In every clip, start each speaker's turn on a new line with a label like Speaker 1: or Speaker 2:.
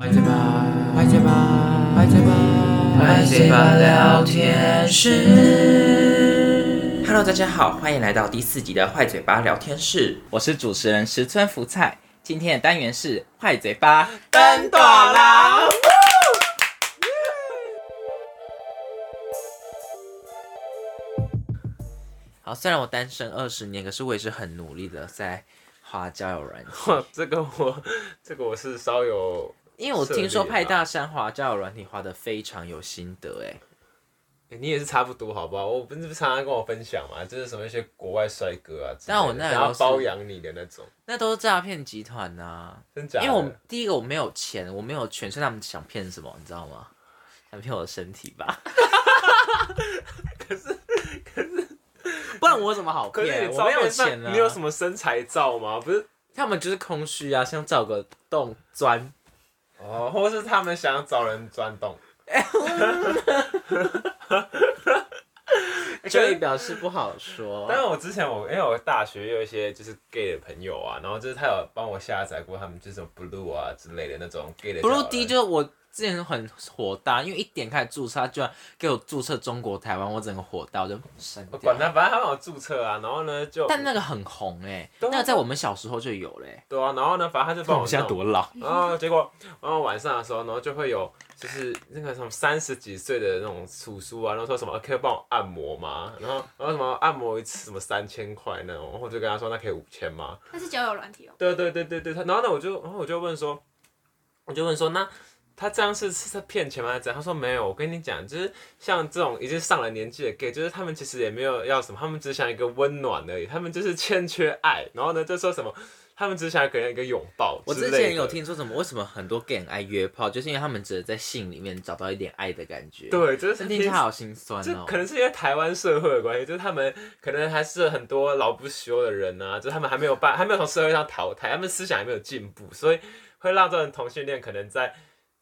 Speaker 1: 拍结吧，拍结吧，拍结吧，
Speaker 2: 拍结吧聊天
Speaker 1: 室。Hello，大家好，欢迎来到第四集的坏嘴巴聊天室。
Speaker 2: 我是主持人石村福菜，今天的单元是坏嘴巴
Speaker 1: 灯朵郎。好，虽然我单身二十年，可是我也是很努力的在花交友 软件，
Speaker 3: 哇，这个我这个我是稍有，
Speaker 1: 因为我
Speaker 3: 涉猎
Speaker 1: 听说
Speaker 3: 啦
Speaker 1: 派大山花交友软体花的非常有心得哎。
Speaker 3: 诶你也是差不多好不好？我不是常常跟我分享嘛，就是什么一些国外帅哥啊之类的，
Speaker 1: 但我那个
Speaker 3: 想要
Speaker 1: 都是
Speaker 3: 包养你的那种，
Speaker 1: 那都是诈骗集团呐、
Speaker 3: 真假的？
Speaker 1: 因为我第一个我没有钱，我没有权，所以他们想骗什么，你知道吗？想骗我的身体吧。 可是，可是，不然我有什么好
Speaker 3: 可是
Speaker 1: 骗？
Speaker 3: 你
Speaker 1: 我
Speaker 3: 照
Speaker 1: 没有
Speaker 3: 片上
Speaker 1: 钱啊。
Speaker 3: 你有什么身材照吗？不是
Speaker 1: 他们就是空虚啊，想找个洞钻。
Speaker 3: 哦，或是他们想找人钻洞，
Speaker 1: 这里表示不好说
Speaker 3: 哎 但。是我之前我因为我大学也有一些就是 gay 的朋友啊，然后就是他有帮我下载过他们就是什么 blue 啊之类的那种 gay 的交友
Speaker 1: blue
Speaker 3: 软
Speaker 1: D
Speaker 3: 件
Speaker 1: 就是我之前很火大，因为一点开始注册，他居然给我注册中国台湾，我整个火到我就删
Speaker 3: 我
Speaker 1: 掉
Speaker 3: 啊管。他，反正他帮我注册啊，然后呢就
Speaker 1: 但那个很红哎、
Speaker 3: 对啊
Speaker 1: 那个在我们小时候就有嘞、
Speaker 3: 对啊，然后呢反正他就帮我弄
Speaker 1: 老？
Speaker 3: 然后结果，然后晚上的时候，然后就会有就是那个什么三十几岁的那种叔叔啊，然后说什么可以帮我按摩吗？然后然后什么按摩一次什么三千块那种，然后我就跟他说那可以五千吗？
Speaker 4: 它是交友软体哦。
Speaker 3: 对对对对对，他然后呢我就然后我就问说，我就问说那。他这样是是在骗钱吗？还是怎样？他说没有，我跟你讲，就是像这种已经上了年纪的 gay，就是他们其实也没有要什么，他们只想一个温暖而已，他们就是欠缺爱。然后呢，就说什么，他们只想给人一个拥抱。
Speaker 1: 我之前有，听说什么，为什么很多 gay 很爱约炮，就是因为他们只能在性里面找到一点爱的感觉。，
Speaker 3: 对，就是
Speaker 1: 真听起来好心酸
Speaker 3: 就
Speaker 1: 哦
Speaker 3: 可。能是因为台湾社会的关系，就是 他们可能还是很多老不休的人啊，就是他们还没有办，还没有从社会上淘汰，他们思想还没有进步，所以会让这种同性恋可能在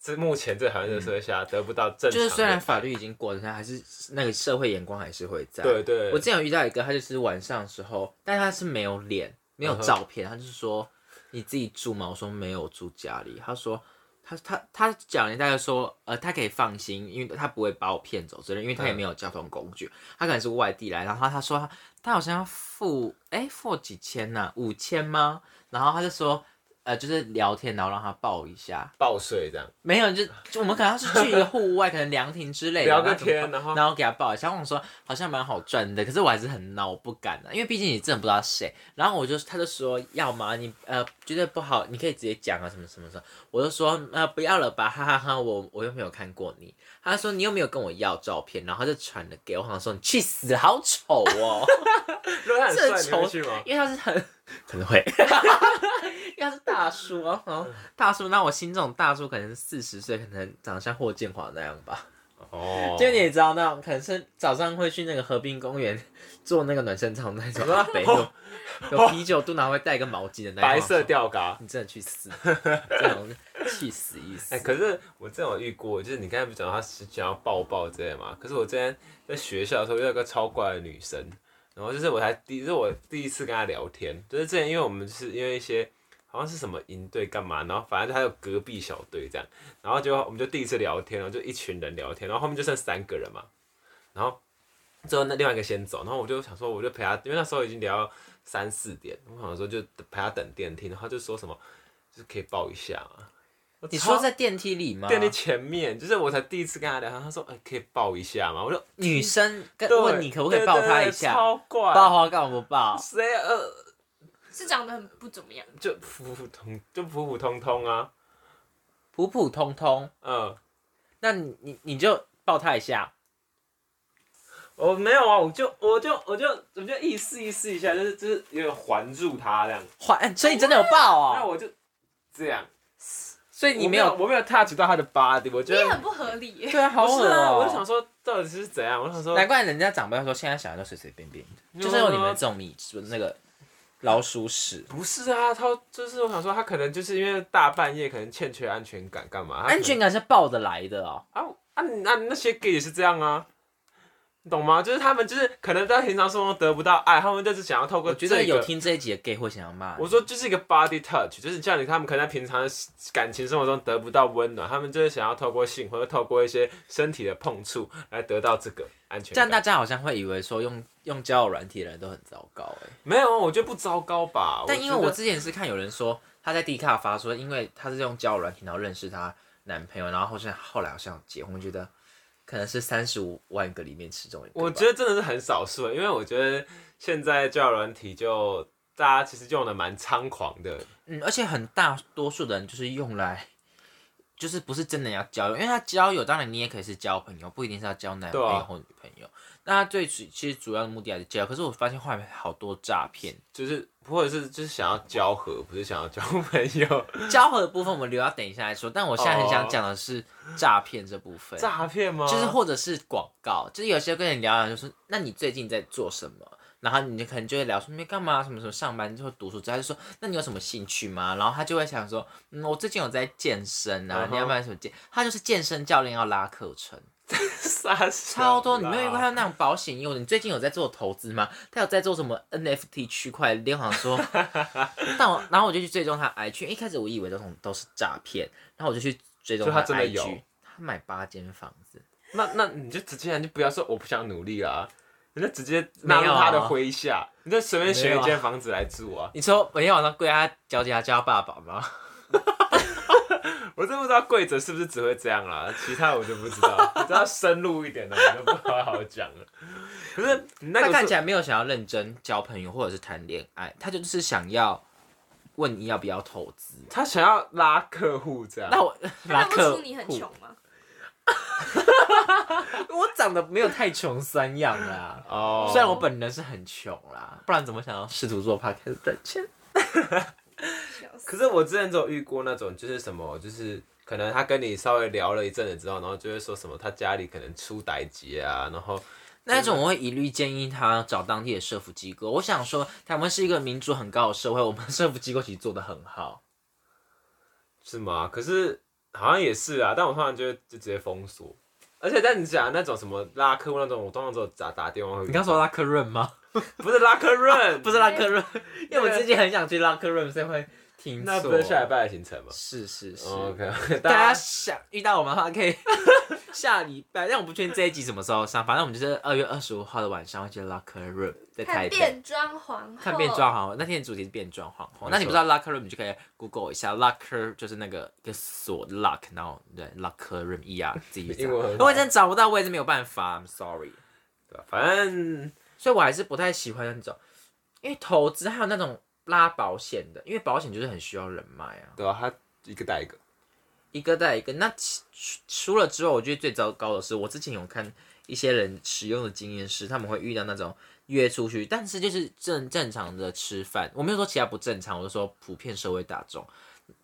Speaker 3: 这目前这个台湾这个社会下得不到正常的。
Speaker 1: 就是虽然法律已经过了，但还是那个社会眼光还是会在。
Speaker 3: 对对
Speaker 1: 我之前有遇到一个，他就是晚上的时候，但他是没有脸，没有
Speaker 3: 嗯哼
Speaker 1: 照片，他就是说你自己住吗？我说没有，我住家里。他说他他他讲了大概说，呃，他可以放心，因为他不会把我骗走之类的，因为他也
Speaker 3: 嗯
Speaker 1: 没有交通工具，他可能是外地来。然后他说他他好像要付哎、付几千呐、五千吗？然后他就说。呃，就是聊天，然后让他抱一下，
Speaker 3: 报税这样，
Speaker 1: 没有，就就我们可能要是去一个户外，可能凉亭之类的，
Speaker 3: 聊个
Speaker 1: 然后怎么
Speaker 3: 天然后
Speaker 1: 然后给他抱一下。我想说好像蛮好赚的，可是我还是很恼，我不敢啊，因为毕竟你真的不知道谁。然后我就他就说要吗？你呃觉得不好，你可以直接讲啊，什么什么什么。我就说呃不要了吧，哈哈哈我我又没有看过你。他说你又没有跟我要照片，然后他就传了给我，我想说你去死，好丑 哦。
Speaker 3: 如果他很
Speaker 1: 这
Speaker 3: 帅，你
Speaker 1: 丑
Speaker 3: 会去吗？
Speaker 1: 因为他是很 可能会，因为他是大叔啊，然后大叔，那我心中的大叔可能是四十岁，可能长得像霍建华那样吧。
Speaker 3: 哦
Speaker 1: 就你也知道那种，可能是早上会去那个河滨公园 做那个暖身操那种
Speaker 3: 哦
Speaker 1: 阿伯，有有啤酒肚，然后会带一个毛巾的那种。
Speaker 3: 白色，吊嘎。
Speaker 1: 你真的去死，这种气死一死
Speaker 3: 哎、。可是我之前有遇过，就是你刚才不是讲到她是想要抱抱之类的嘛？可是我之前在学校的时候遇到一个超怪的女生，然后就是我才第，就是我第一次跟她聊天，就是之前因为我们是因为一些好像是什么营队干嘛，然后反正就还有隔壁小队这样，然后就我们就第一次聊天，然后就一群人聊天，然后后面就剩三个人嘛，然后之后那另外一个先走，然后我就想说我就陪他，因为那时候已经聊到三四点，我想说就陪他等电梯，然后她就说什么就是可以抱一下嘛。我
Speaker 1: 你
Speaker 3: 超
Speaker 1: 说在电梯里吗？
Speaker 3: 电梯前面，就是我才第一次跟他聊，他说：“哎、可以抱一下吗？”我说
Speaker 1: 女生跟：“
Speaker 3: 对
Speaker 1: 呃问你可不可以抱她
Speaker 3: 对对
Speaker 1: 一
Speaker 3: 对
Speaker 1: 下，
Speaker 3: 超怪，
Speaker 1: 抱花干嘛不抱？
Speaker 3: 谁呃，
Speaker 4: 是长得很不怎么样，
Speaker 3: 就普普通，就普普通通啊，
Speaker 1: 普普通通，
Speaker 3: 嗯，
Speaker 1: 那你你你就抱她一下。
Speaker 3: 我没有啊，我就我就我就我就意思意思一下，就是就是有点环住他这样，
Speaker 1: 还，哎所以你真的有抱
Speaker 3: 那、
Speaker 1: 哦，
Speaker 3: 我就这样，
Speaker 1: 所以你
Speaker 3: 我没
Speaker 1: 没有
Speaker 3: 我没有 touch 到他的 body，我觉
Speaker 4: 你也
Speaker 3: 得
Speaker 4: 很不合理耶。
Speaker 1: 对啊，好
Speaker 3: 不
Speaker 1: 恶
Speaker 3: 是啊，我就想
Speaker 1: 哦。
Speaker 3: 说到底是怎样，我就想说
Speaker 1: 难怪人家长辈说现在小孩都随随便便，就是有你们这种你说那个老鼠屎。
Speaker 3: 不是啊，他就是我想说他可能就是因为大半夜可能欠缺安全嗯感干嘛，他可能
Speaker 1: 安全感是抱得来的哦，
Speaker 3: 啊啊！那、那些 gay 也是这样啊，你懂吗？就是他们就是可能在平常生活中得不到爱，他们就是想要透过
Speaker 1: 我觉
Speaker 3: 这
Speaker 1: 得
Speaker 3: 个
Speaker 1: 有听这一集的 gay 会想要骂你
Speaker 3: 我说就是一个 body touch，就是叫你他们可能在平常的感情生活中得不到温暖，他们就是想要透过性或者透过一些身体的碰触来得到这个安全
Speaker 1: 这样
Speaker 3: 感。
Speaker 1: 大家好像会以为说用用交友软体的人都很糟糕哎、
Speaker 3: 没有，啊我觉得不糟糕吧？
Speaker 1: 但因为
Speaker 3: 觉得
Speaker 1: 我之前是看有人说他在 D 卡发说，因为他是用交友软体然后认识他男朋友，然后后现后来好像结婚，觉得可能是三十五万个里面其中一个吧。
Speaker 3: 我觉得真的是很少数，因为我觉得现在交友软体就大家其实用的蛮猖狂的，
Speaker 1: 嗯，而且很大多数的人就是用来，就是不是真的要交友，因为他交友，当然你也可以是交朋友，不一定是要交男
Speaker 3: 对
Speaker 1: 朋友
Speaker 3: 啊
Speaker 1: 或女朋友。那他最主其实主要的目的还是交友，可是我发现后来好多诈骗，
Speaker 3: 就是或者是就是想要交合，不是想要交朋友。
Speaker 1: 交友的部分我们留到等一下来说。但我现在很
Speaker 3: 哦
Speaker 1: 想讲的是诈骗这部分，
Speaker 3: 诈骗吗？
Speaker 1: 就是或者是广告，就是有些跟你聊聊，就是那你最近在做什么？然后你就可能就会聊说你干嘛什么什么上班就会读书之后，他就说那你有什么兴趣吗？然后他就会想说，嗯，我最近有在健身啊
Speaker 3: 嗯哼
Speaker 1: 你要不要什么健？他就是健身教练要拉课程，
Speaker 3: 傻小
Speaker 1: 超多。你没有遇
Speaker 3: 啦
Speaker 1: 过还有那种保险业务的？你最近有在做投资吗？他有在做什么 NFT 区块链？好像说， 但我然后我就去追踪他 IG，一开始我以为都是都是诈骗，然后我就去追踪
Speaker 3: 所以他
Speaker 1: 的
Speaker 3: 真的有
Speaker 1: IG，他买八间房子。
Speaker 3: 那那你就直接你就不要说我不想努力啦，你就直接纳入
Speaker 1: 没有啊
Speaker 3: 他的麾下，你就随便选一
Speaker 1: 没有
Speaker 3: 间房子来住啊。
Speaker 1: 你说每天晚上跪在他脚底下叫他爸爸吗？
Speaker 3: 我真不知道跪着是不是只会这样啦，其他我就不知 道，你知道深入一点的我就不好好讲了。可是你那
Speaker 1: 他
Speaker 3: 个
Speaker 1: 看
Speaker 3: 是
Speaker 1: 起来没有想要认真交朋友或者是谈恋爱，他就是想要问你要不要投资。
Speaker 3: 他想要拉客户这样，
Speaker 1: 那我
Speaker 4: 看不
Speaker 1: 客
Speaker 4: 出你很
Speaker 1: 户，
Speaker 4: 穷吗？
Speaker 1: 我长得没有太穷三样啊 啦。
Speaker 3: 哦
Speaker 1: 虽然我本人是很穷啦，不然怎么想要试图做 podcast 赚钱？
Speaker 4: 笑死
Speaker 3: 可是我之前只有遇过那种，就是什么，就是可能他跟你稍微聊了一阵子之后，然后就会说什么他家里可能出歹劫啊，然后
Speaker 1: 那种我会一律建议他找当地的社福机构。我想说，台湾是一个民主很高的社会，我们社福机构其实做的很好。
Speaker 3: 是吗？可是好像也是啊，但我通常就会就直接封锁。而且但你讲那种什么拉客户那种，我通常只有打打电话会遇到。
Speaker 1: 你刚说拉克润吗？
Speaker 3: 不是拉客润，
Speaker 1: 不是拉克 润，因为我最近很想去拉克润，所以会听
Speaker 3: 那不
Speaker 1: 错
Speaker 3: 是下礼拜的行程吗
Speaker 1: 是是是，
Speaker 3: ？OK，
Speaker 1: 哦
Speaker 3: 大
Speaker 1: 大家
Speaker 3: 家
Speaker 1: 想遇到我们的话，可以 下礼拜，但我不确定这一集什么时候上，反正我们就是二月二十五号的晚上会去 Locker Room 在
Speaker 4: 看
Speaker 1: 台北。
Speaker 4: 变装皇后，
Speaker 1: 看变装皇后，那天的主题是变装皇后。那你不知道 locker room，你就可以 Google 一下 locker，就是那个一个锁 lock，然后对 locker room E R Z。
Speaker 3: 英文很好
Speaker 1: 我真的找不到，我也是没有办法，I'm sorry。
Speaker 3: 对吧反正
Speaker 1: 所以我还是不太喜欢那种，因为投资还有那种拉保险的，因为保险就是很需要人脉啊。
Speaker 3: 对啊，他一个带一个，
Speaker 1: 一个带一个。那其输输了之后，我觉得最糟糕的是，我之前有看一些人使用的经验是，他们会遇到那种约出去，但是就是正正常的吃饭，我没有说其他不正常，我就说普遍社会大众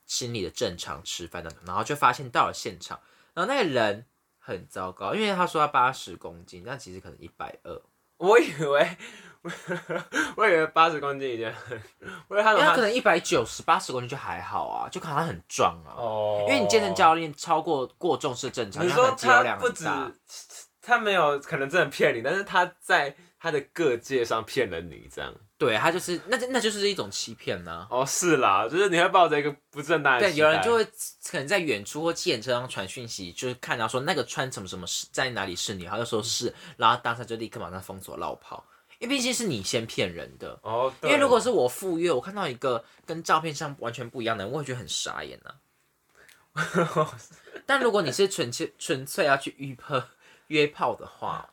Speaker 1: 心里的正常吃饭那种，然后就发现到了现场，然后那个人很糟糕，因为他说他八十公斤，但其实可能一百二，
Speaker 3: 我以为 我以为八十公斤已经很，我以为他
Speaker 1: 因
Speaker 3: 怎
Speaker 1: 为他可
Speaker 3: 么
Speaker 1: 能一百九十八十公斤就还好啊，就看他很壮啊。
Speaker 3: 哦
Speaker 1: 因为你健身教练超过过重是正常，
Speaker 3: 你
Speaker 1: 因为
Speaker 3: 说
Speaker 1: 们肌肉量
Speaker 3: 不
Speaker 1: 很
Speaker 3: 止
Speaker 1: 大。
Speaker 3: 他没有可能真的骗你，但是他在他的各界上骗了你这样。
Speaker 1: 对他就是那那就是一种欺骗呐、
Speaker 3: 哦，是啦，就是你会抱着一个不正当的
Speaker 1: 对，
Speaker 3: 期
Speaker 1: 有人
Speaker 3: 待
Speaker 1: 就会可能在远处或计程车上传讯息，就是看到说那个穿什么什么是在哪里是你，他就说是，然后当下就立刻马上封锁绕跑，因为毕竟是你先骗人的。
Speaker 3: 哦，
Speaker 1: 因
Speaker 3: 对
Speaker 1: 为如果是我赴约，我看到一个跟照片上完全不一样的人，我会觉得很傻眼呐、 但如果你是纯粹纯粹要去约炮约炮的话，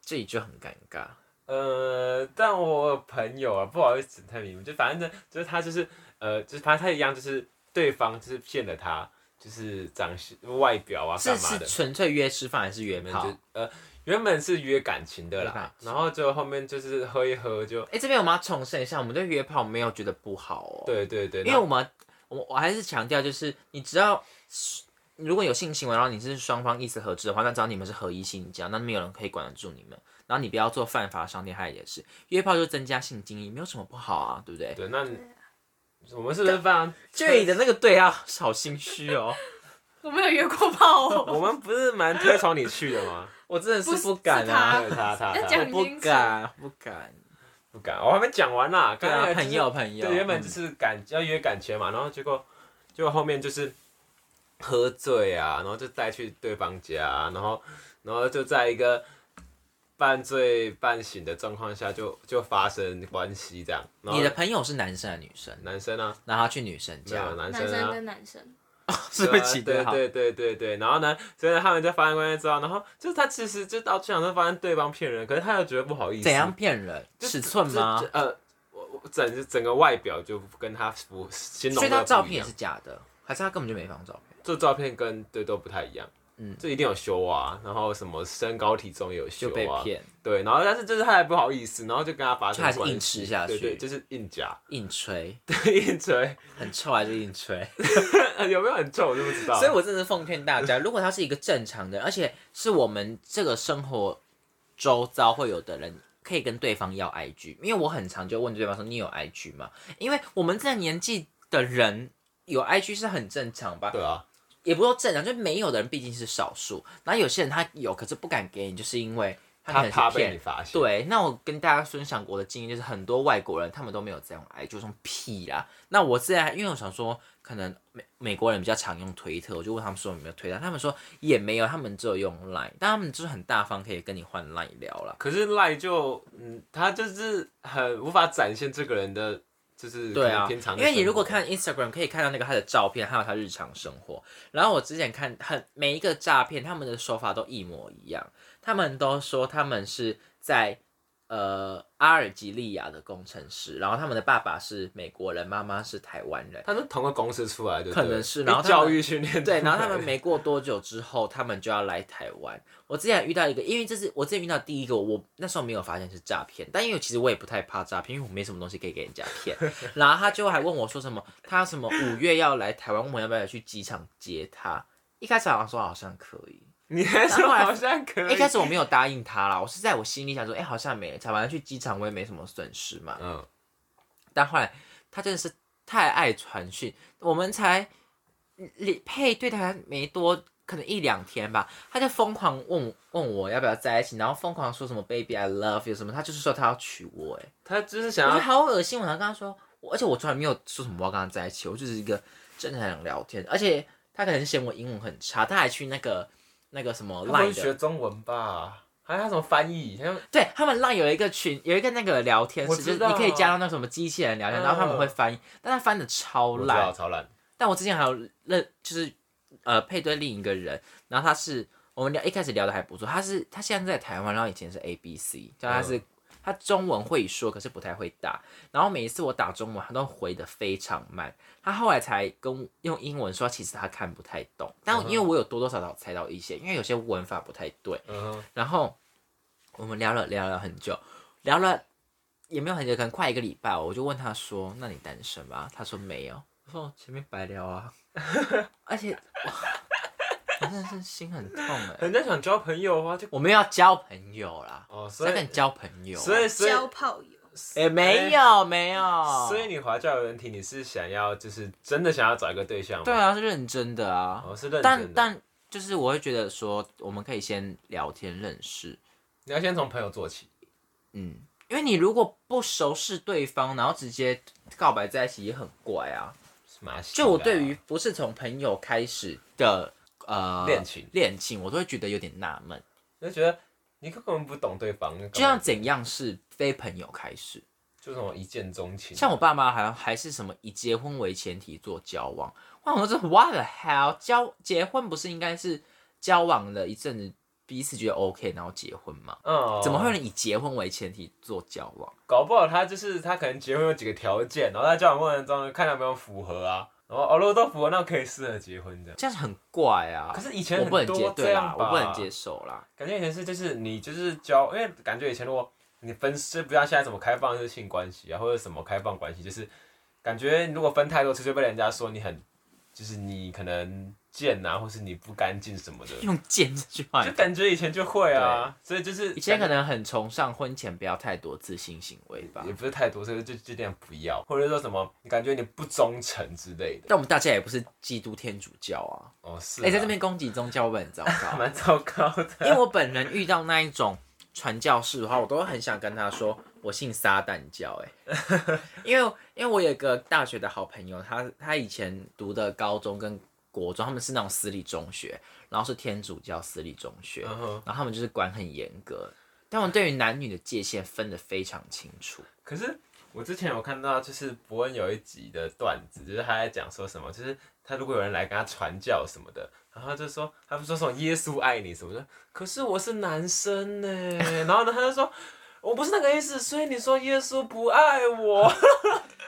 Speaker 1: 这里就很尴尬。
Speaker 3: 呃，但我有朋友啊，不好意思太明白，就反正就是他就是呃，就是他他一样，就是对方就是骗了他，就是长相外表啊
Speaker 1: 是
Speaker 3: 干嘛
Speaker 1: 是
Speaker 3: 的，
Speaker 1: 纯粹约吃饭还是约
Speaker 3: 原本
Speaker 1: 炮？
Speaker 3: 就呃原本是约感情的
Speaker 1: 约感
Speaker 3: 啦，然后就后面就是喝一喝就
Speaker 1: 哎、这边我们要重申一下，我们对约炮没有觉得不好哦。，
Speaker 3: 对对对，
Speaker 1: 因为我们我我还是强调，就是你只要是如果有性行为，然后你是双方意思合致的话，那只要你们是合一性交，那没有人可以管得住你们。然后你不要做犯法伤天害理的事，约炮就增加性经验，没有什么不好啊，对不对？
Speaker 3: 对那你我们是不是非常
Speaker 1: 这里的那个对啊，好心虚哦。
Speaker 4: 我没有约过炮哦。
Speaker 3: 我们不是蛮推崇你去的吗？
Speaker 1: 我真的
Speaker 4: 不
Speaker 1: 是
Speaker 4: 是
Speaker 1: 不敢啊，
Speaker 4: 是
Speaker 3: 对他他
Speaker 4: 要
Speaker 3: 他
Speaker 4: 讲
Speaker 1: 我不敢，不敢。
Speaker 3: 不敢，哦我还没讲完啦。
Speaker 1: 对
Speaker 3: 刚
Speaker 1: 啊，
Speaker 3: 才
Speaker 1: 朋友朋友，
Speaker 3: 对，原本就
Speaker 1: 嗯
Speaker 3: 是感要约感情嘛，然后结果结果后面就是喝醉啊，然后就带去对方家啊、然后然后就在一个半醉半醒的状况下就就发生关系这样。然后
Speaker 1: 嗯你的朋友是男生还是女生？
Speaker 3: 男生啊，
Speaker 1: 然后他去女生
Speaker 3: 没
Speaker 1: 家
Speaker 3: 有，男
Speaker 4: 男
Speaker 3: 生
Speaker 4: 生
Speaker 3: 啊，
Speaker 4: 跟男生，
Speaker 1: 是
Speaker 3: 对
Speaker 1: 会
Speaker 3: 啊
Speaker 1: 起
Speaker 3: 对
Speaker 1: 得好。
Speaker 3: 对对对对，然后呢，所以他们就发生关系之后，然后就是他其实就到最后都发现对方骗人，可是他又觉得不好意思，
Speaker 1: 怎样骗人？
Speaker 3: 就
Speaker 1: 尺寸
Speaker 3: 就
Speaker 1: 吗
Speaker 3: 就？呃，我我整整个外表就跟他服形容
Speaker 1: 所以
Speaker 3: 的
Speaker 1: 他
Speaker 3: 不
Speaker 1: 照
Speaker 3: 一
Speaker 1: 片也
Speaker 3: 样
Speaker 1: 是假的，还是他根本就没放照片？
Speaker 3: 这照片跟对都不太一样，
Speaker 1: 嗯
Speaker 3: 嗯，这一定有修啊，然后什么身高体重也有修
Speaker 1: 就被
Speaker 3: 啊，
Speaker 1: 骗，
Speaker 3: 对，然后但是就是他也不好意思，然后就跟他发
Speaker 1: 就
Speaker 3: 生
Speaker 1: 还
Speaker 3: 关
Speaker 1: 是
Speaker 3: 系，
Speaker 1: 硬吃下去
Speaker 3: 对对，就是硬夹，
Speaker 1: 硬吹，
Speaker 3: 对，硬吹，
Speaker 1: 很臭还是 硬吹？
Speaker 3: 有没有很臭我就不知道，
Speaker 1: 所以我真的是奉劝大家，如果他是一个正常的，而且是我们这个生活周遭会有的人。可以跟对方要 IG，因为我很常就问对方说你有 IG 吗？因为我们这个年纪的人有 IG 是很正常吧？
Speaker 3: 对啊，
Speaker 1: 也不说正常，就没有的人毕竟是少数。然后有些人他有，可是不敢给你，就是因为他可
Speaker 3: 他
Speaker 1: 能
Speaker 3: 怕
Speaker 1: 是
Speaker 3: 被你
Speaker 1: 骗。
Speaker 3: 发现，，
Speaker 1: 对，那我跟大家分享我的经验就是，很多外国人他们都没有这样 i 就用屁啦。那我自然因为我想说，可能美美国人比较常用推特，我就问他们说有没有推特，他们说也没有，他们只有用 Line，但他们就是很大方，可以跟你换 Line 聊啦。
Speaker 3: 可是赖就嗯，他就是很无法展现这个人的。就是
Speaker 1: 对
Speaker 3: 可能
Speaker 1: 啊，
Speaker 3: 平常的
Speaker 1: 因为你
Speaker 3: 生
Speaker 1: 如果
Speaker 3: 活
Speaker 1: 看 Instagram 可以看到那个他的照片，还有他日常生活。然后我之前看很每一个诈骗，他们的手法都一模一样，他们都说他们是在呃阿尔及利亚的工程师，然后他们的爸爸是美国人，妈妈是台湾人。
Speaker 3: 他是同个公司出来的，
Speaker 1: 可能是
Speaker 3: 被
Speaker 1: 然后他们
Speaker 3: 教育训练
Speaker 1: 对，
Speaker 3: 出
Speaker 1: 然后他
Speaker 3: 来
Speaker 1: 们
Speaker 3: 的
Speaker 1: 没过多久之后，他们就要来台湾。我之前遇到一个，因为这是我之前遇到第一个，我那时候没有发现是诈骗，但因为其实我也不太怕诈骗，因为我没什么东西可以给人家骗。然后他最后还问我说什么，他什么五月要来台湾，问我要不要去机场接他。一开始好像说好像可以，
Speaker 3: 你还说
Speaker 1: 后来
Speaker 3: 好像可以，
Speaker 1: 一开始我没有答应他啦，我是在我心里想说，哎、好像没差，反正去机场我也没什么损失嘛。
Speaker 3: 嗯，
Speaker 1: 但后来他真的是太爱传讯，我们才里配对他没多，可能一两天吧，他就疯狂问我问我要不要在一起，然后疯狂说什么 baby I love you 什么，他就是说他要娶我、欸，
Speaker 3: 他就是
Speaker 1: 哎，
Speaker 3: 想
Speaker 1: 我觉得
Speaker 3: 要
Speaker 1: 好恶心，我才跟他说，我而且我从来没有说什么我要跟他在一起，我就是一个正常人聊天，而且他可能嫌我英文很差，他还去那个那个什么
Speaker 3: 他不
Speaker 1: line
Speaker 3: 是
Speaker 1: 的
Speaker 3: 学中文吧？还有他什么翻译？他用
Speaker 1: 对他们 Line 有一个群，有一个那个聊天
Speaker 3: 我
Speaker 1: 室，就
Speaker 3: 知
Speaker 1: 是
Speaker 3: 道
Speaker 1: 你可以加到那个什么机器人聊天，
Speaker 3: 嗯
Speaker 1: 然后他们会翻译，但他翻的超
Speaker 3: 我知道
Speaker 1: 烂。
Speaker 3: 超烂，
Speaker 1: 但我之前还有认，就是呃配对另一个人，然后他是我们聊一开始聊的还不错，他是他现在在台湾，然后以前是 A B C，但他是、
Speaker 3: 嗯
Speaker 1: 他中文会说，可是不太会打。然后每一次我打中文，他都回的非常慢。他后来才跟用英文说，其实他看不太懂，但
Speaker 3: 嗯哼
Speaker 1: 因为我有多多少少猜到一些，因为有些文法不太对。
Speaker 3: 嗯哼，
Speaker 1: 然后我们聊了聊了很久，聊了也没有很久，可能快一个礼拜哦。我就问他说：“那你单身吗？”他说：“没有。”我说：“哦前面白聊啊。” 而且我我真的是心很痛哎，
Speaker 3: 人家想交朋友啊，就
Speaker 1: 我们要交朋友啦，
Speaker 3: 哦，所
Speaker 1: 谁跟你
Speaker 3: 以
Speaker 1: 交朋友啊？
Speaker 3: 所以所以
Speaker 4: 交炮友，
Speaker 1: 哎、没有没有，
Speaker 3: 所以你滑教友人体，你是想要就是真的想要找一个对象吗？
Speaker 1: 对，啊，是认真的啊，
Speaker 3: 哦，是认
Speaker 1: 但
Speaker 3: 真的。
Speaker 1: 但就是我会觉得说，我们可以先聊天认识，
Speaker 3: 你要先从朋友做起，
Speaker 1: 嗯，因为你如果不熟识对方，然后直接告白在一起也很怪啊。
Speaker 3: 马戏
Speaker 1: 就我
Speaker 3: 啦
Speaker 1: 对于不是从朋友开始的呃
Speaker 3: 恋情
Speaker 1: 恋情，嗯我都会觉得有点纳闷。
Speaker 3: 就觉得你根本不懂对方，你干嘛
Speaker 1: 就像怎样是非朋友开始，
Speaker 3: 就什么一见钟情，
Speaker 1: 像我爸妈好像还是什么以结婚为前提做交往，哇，我说这 what the hell？交结婚不是应该是交往了一阵子，彼此觉得 OK，然后结婚吗？
Speaker 3: 嗯，
Speaker 1: 怎么会有人以结婚为前提做交往？
Speaker 3: 搞不好他就是他可能结婚有几个条件，然后在交往过程中看有没有符合啊，然后哦如果都符合，那可以适合结婚这样。
Speaker 1: 这样很怪啊！
Speaker 3: 可是以前
Speaker 1: 我
Speaker 3: 很
Speaker 1: 不能接
Speaker 3: 多这
Speaker 1: 对啦
Speaker 3: 样，
Speaker 1: 我
Speaker 3: 吧，
Speaker 1: 不能接受啦。
Speaker 3: 感觉以前是就是你就是交，因为感觉以前如果你分是不像现在怎么开放式性关系啊，或者什么开放关系，就是感觉如果分太多次就被人家说你很，就是你可能贱啊，或是你不干净什么的，
Speaker 1: 用“贱”这句话
Speaker 3: 就，感觉以前就会啊，所以就是
Speaker 1: 嗯以前可能很崇尚婚前不要太多自信行为吧
Speaker 3: 也。不是太多，所以就尽量不要，或者说什么你感觉你不忠诚之类的。
Speaker 1: 但我们大家也不是基督天主教啊，
Speaker 3: 哦，是、
Speaker 1: 哎、在这边攻击宗教会不会很糟 糕？
Speaker 3: 蛮糟糕
Speaker 1: 因为
Speaker 3: 的。
Speaker 1: 我本人遇到那一种传教士的话，我都很想跟他说我信撒旦教、 欸，因为因为我有一个大学的好朋友，他他以前读的高中跟国中，他们是那种私立中学，然后是天主教私立中学，
Speaker 3: 嗯哼，
Speaker 1: 然后他们就是管很严格，但我对于男女的界限分得非常清楚。
Speaker 3: 可是我之前有看到，就是伯恩有一集的段子，就是他在讲说什么，就是他如果有人来跟他传教什么的，然后他就说，他不是说什么耶稣爱你什么的，可是我是男生呢， 然后呢他就说。我不是那个意思，所以你说耶稣不爱 我，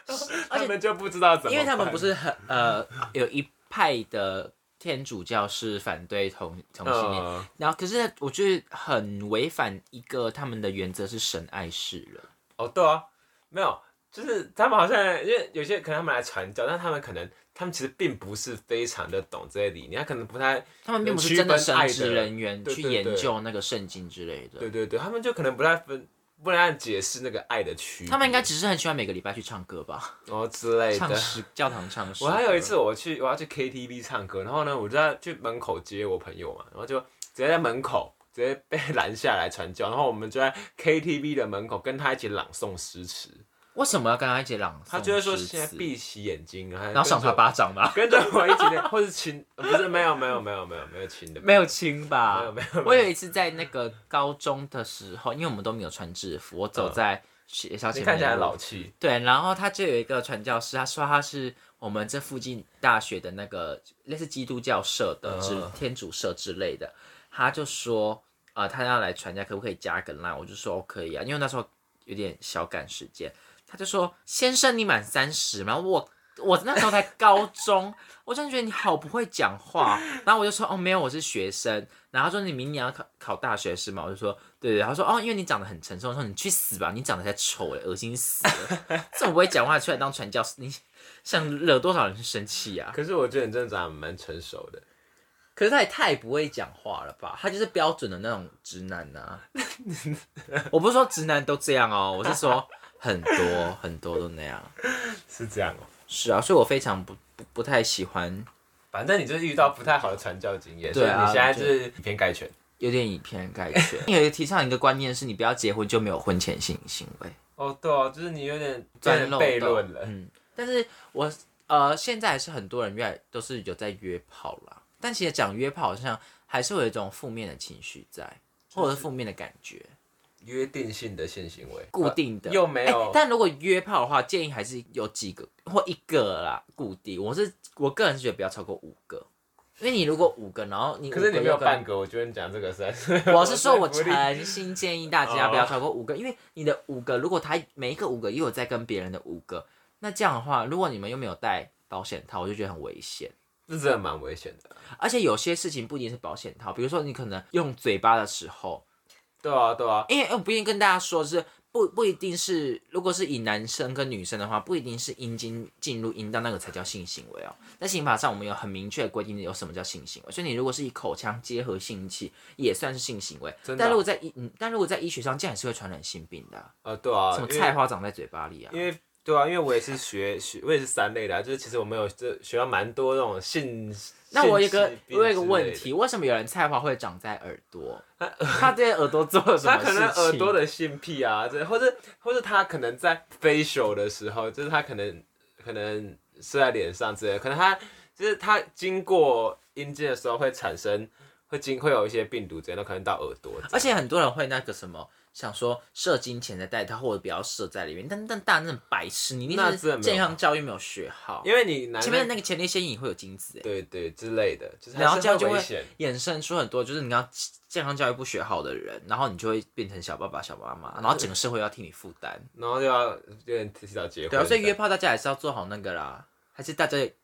Speaker 1: 而且
Speaker 3: 他们就不知道怎么办，嗯
Speaker 1: 因为他们不是很呃有一派的天主教是反对同同性恋，
Speaker 3: 嗯
Speaker 1: 然后可是我觉得很违反一个他们的原则是神爱世人，
Speaker 3: 哦，对啊，没有，就是他们好像因为有些可能他们来传教，但他们可能他们其实并不是非常的懂这些理念，他可能不太
Speaker 1: 他们并不是真的神职人员
Speaker 3: 对
Speaker 1: 去
Speaker 3: 对
Speaker 1: 研究那个圣经之类的
Speaker 3: 对，对对，他们就可能不太分，不太解释那个爱的区别，
Speaker 1: 他们应该只是很喜欢每个礼拜去唱歌吧，
Speaker 3: 然后之类
Speaker 1: 唱
Speaker 3: 的。
Speaker 1: 诗教堂唱诗。
Speaker 3: 我还有一次，我去我要去 KTV 唱歌，然后呢，我就在去门口接我朋友嘛，然后就直接在门口直接被拦下来传教，然后我们就在 KTV 的门口跟他一起朗诵诗词，
Speaker 1: 为什么要跟他一起朗诵诗词？
Speaker 3: 他就会说现在闭起眼睛，然后
Speaker 1: 然后赏他
Speaker 3: 吧。
Speaker 1: 巴掌吗？
Speaker 3: 跟着我一起练， 或是亲，呃不是没有没有没有没有没有亲的，
Speaker 1: 没有亲吧？
Speaker 3: 没有没有没
Speaker 1: 我有一次在那个高中的时候，因为我们都没有穿制服，我走在学校
Speaker 3: 嗯
Speaker 1: 前
Speaker 3: 你看
Speaker 1: 面
Speaker 3: 起
Speaker 1: 的路，
Speaker 3: 来很老气，
Speaker 1: 对，然后他就有一个传教士，他说他是我们这附近大学的那个类似基督教社的，之
Speaker 3: 嗯
Speaker 1: 天主社之类的，他就说啊、呃他要来传教，可不可以加个 line？我就说哦可以啊，因为那时候有点小赶时间，他就说先生你满三十吗？我。我那时候才高中，我真的觉得你好不会讲话。然后我就说哦没有，我是学生。然后他说你明年要考考大学是吗？我就说对对。对他说哦，因为你长得很成熟。我说你去死吧，你长得才丑嘞，恶心死了。 这么不会讲话出来当传教士，你想惹多少人生气啊？
Speaker 3: 可是我觉得你真的长得蛮成熟的，
Speaker 1: 可是他也太不会讲话了吧？他就是标准的那种直男啊呐、 我不是说直男都这样哦，我是说很多很多都那样。
Speaker 3: 是这样哦、
Speaker 1: 是啊，所以我非常不不不太喜欢，
Speaker 3: 反正你就是遇到不太好的传教经验，所
Speaker 1: 对
Speaker 3: 以
Speaker 1: 啊
Speaker 3: 你现在就是以偏概全。
Speaker 1: 有点以偏概全。 你有一个提倡一个观念是，你不要结婚就没有婚前性行为，
Speaker 3: 哦，对哦、就是你有点
Speaker 1: 钻
Speaker 3: 变成
Speaker 1: 漏
Speaker 3: 悖
Speaker 1: 洞
Speaker 3: 论了。
Speaker 1: 嗯，但是我呃现在还是很多人越来都是有在约炮啦，但其实讲约炮好像还是会有一种负面的情绪在，或者是负面的感觉。
Speaker 3: 约定性的性行为，
Speaker 1: 固定的、
Speaker 3: 呃又没有
Speaker 1: 哎但如果约炮的话，建议还是有几个或一个啦，固定。我是我个人是觉得不要超过五个，因为你如果五个，然后你
Speaker 3: 啊可是你没有半
Speaker 1: 办，，
Speaker 3: 个，我觉得你讲这个实在是
Speaker 1: 我是说我
Speaker 3: 我在鼓励
Speaker 1: 诚心建议大家不要超过五个，因为你的五个，如果他每一个五个又有在跟别人的五个，那这样的话，如果你们又没有带保险套，我就觉得很危险。
Speaker 3: 这真的蛮危险的。
Speaker 1: 而且有些事情不一定是保险套，比如说你可能用嘴巴的时候，
Speaker 3: 对啊，对啊，
Speaker 1: 因为我呃不一定跟大家说是不不一定是，如果是以男生跟女生的话，不一定是阴茎进入阴道那个才叫性行为哦。在刑法上我们有很明确的规定有什么叫性行为，所以你如果是以口腔结合性器也算是性行为，
Speaker 3: 真的啊
Speaker 1: 但如果在医嗯，但如果在医学上，这样也是会传染性病的啊、
Speaker 3: 呃，对啊，
Speaker 1: 什么
Speaker 3: 因为
Speaker 1: 菜花长在嘴巴里啊
Speaker 3: 因？为对啊，因为我也是学学，我也是三类的、啊，就是其实我们有这学到蛮多那种性。
Speaker 1: 那我有一个
Speaker 3: 性疾病
Speaker 1: 我有一个
Speaker 3: 之类
Speaker 1: 问
Speaker 3: 的
Speaker 1: 题，为什么有人菜花会长在耳 朵？他对耳朵做了什
Speaker 3: 他
Speaker 1: 么事
Speaker 3: 可
Speaker 1: 情？
Speaker 3: 能耳朵的性癖啊，这或者或者他可能在 facial 的时候，就是他可能可能是在脸上之类的，可能他就是他经过阴茎的时候会产生会经会有一些病毒之类的，可能到耳朵这样。
Speaker 1: 而且很多人会那个什么，想说射精前再戴套，或者不要射在里面。但但大家那种白痴，你一
Speaker 3: 那真的
Speaker 1: 定是
Speaker 3: 没有
Speaker 1: 健康教育没有学好，
Speaker 3: 因为你男
Speaker 1: 前面那个前列腺也会有精子欸，
Speaker 3: 对对之类的，就是
Speaker 1: 然
Speaker 3: 还
Speaker 1: 后
Speaker 3: 是
Speaker 1: 这样就
Speaker 3: 会
Speaker 1: 会
Speaker 3: 危险。
Speaker 1: 衍生出很多就是你刚健康教育不学好的人，然后你就会变成小爸爸、小妈妈，然后整个社会要替你负担。
Speaker 3: 然后就要有点提早结婚。
Speaker 1: 对啊，所以约，炮大家还是要做好那个啦，还是大家也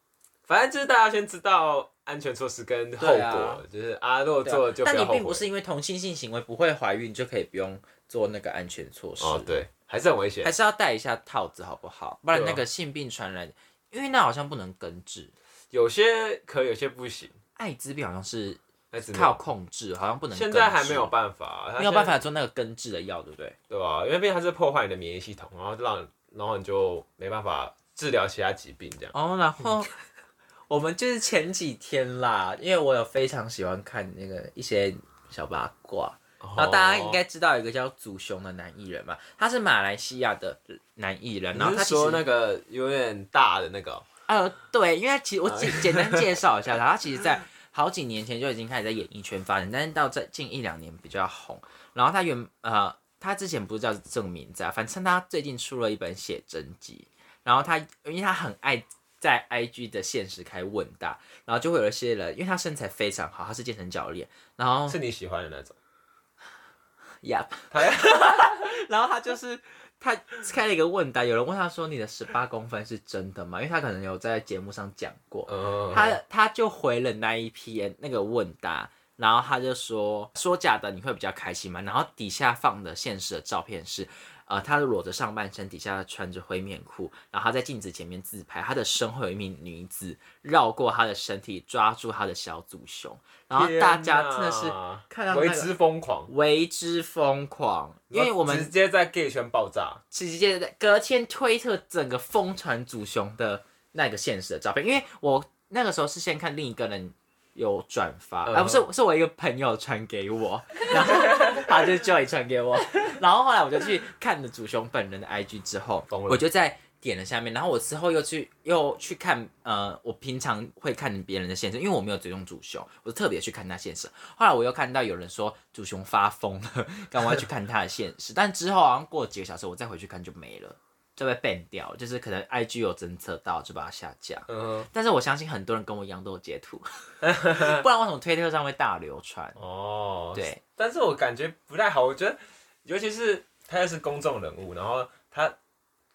Speaker 3: 反正就是大家先知道安全措施跟后
Speaker 1: 对
Speaker 3: 果，
Speaker 1: 啊
Speaker 3: 就是阿若
Speaker 1: 对啊
Speaker 3: 做了就不
Speaker 1: 但
Speaker 3: 要
Speaker 1: 你
Speaker 3: 后悔。
Speaker 1: 并不是因为同性性行为不会怀孕就可以不用做那个安全措施。啊
Speaker 3: 哦，对，还是很危险
Speaker 1: 还。是要戴一下套子好不好？不然
Speaker 3: 对啊
Speaker 1: 那个性病传染，因为那好像不能根治。
Speaker 3: 有些可以有些不行。
Speaker 1: 艾滋病好像是
Speaker 3: 艾滋病
Speaker 1: 靠控制，好像不能
Speaker 3: 现在还
Speaker 1: 根治
Speaker 3: 没有办法，它
Speaker 1: 没有办
Speaker 3: 现在，
Speaker 1: 法做那个根治的药，对不对？
Speaker 3: 对吧、因为毕竟它是破坏你的免疫系统，然后让然后你就没办法治疗其他疾病这样。
Speaker 1: 哦，然 后我们就是前几天啦，因为我有非常喜欢看那个一些小八卦，然后哦大家
Speaker 3: 哦
Speaker 1: 应该知道有一个叫祖雄的男艺人嘛，他是马来西亚的男艺人，然
Speaker 3: 然
Speaker 1: 后
Speaker 3: 后
Speaker 1: 他
Speaker 3: 他
Speaker 1: 其实
Speaker 3: 说那个有点大的那个哦，
Speaker 1: 呃，对，因为他其实我简简单介绍一下他，他其实在好几年前就已经开始在演艺圈发展，但是到这近一两年比较红。然后他原呃，他之前不是叫这个名字啊，反正他最近出了一本写真集，然后他因为他很爱。在 IG 的现实开问答，然后就会有一些人，因为他身材非常好，他是健身教练，然后
Speaker 3: 是你喜欢的那种。
Speaker 1: 呀，然后他就是他开了一个问答，有人问他说：“你的十八公分是真的吗？”因为他可能有在节目上讲过，
Speaker 3: 嗯，
Speaker 1: 他他就回了那一篇那个问答，然后他就说说假的你会比较开心吗？然后底下放的现实的照片是，呃，他裸着上半身，底下穿着灰面裤，然后他在镜子前面自拍，他的身后有一名女子绕过他的身体，抓住他的小祖胸，然后大家真的是
Speaker 3: 天哪
Speaker 1: 看到那
Speaker 3: 为
Speaker 1: 个
Speaker 3: 之疯狂，
Speaker 1: 为之疯狂，因为我
Speaker 3: 直
Speaker 1: 们
Speaker 3: 接在 gay 圈爆炸。
Speaker 1: 直接在隔天推特整个疯传祖雄的那个现实的照片，因为我那个时候是先看另一个人有转发，而、
Speaker 3: 嗯
Speaker 1: 不是是我一个朋友传给我，然后 他就 Joy 传给我， 然后后来我就去看了祖雄本人的 IG 之后，
Speaker 3: 疯了
Speaker 1: 我就在。点了下面，然后我之后又去又去看，呃，我平常会看别人的现实，因为我没有追踪主雄，我特别去看他现实。后来我又看到有人说主雄发疯 了，赶快去看他的现实，但之后好像过了几个小时，我再回去看就没了，就被 ban 掉了，啊就是可能 IG 有侦测到，就把它下架。
Speaker 3: 嗯，
Speaker 1: 但是我相信很多人跟我一样都有截图， 不然为什么推特上会大流传？
Speaker 3: 哦，
Speaker 1: 对，
Speaker 3: 但是我感觉不太好，我觉得尤其是他又是公众人物，然后他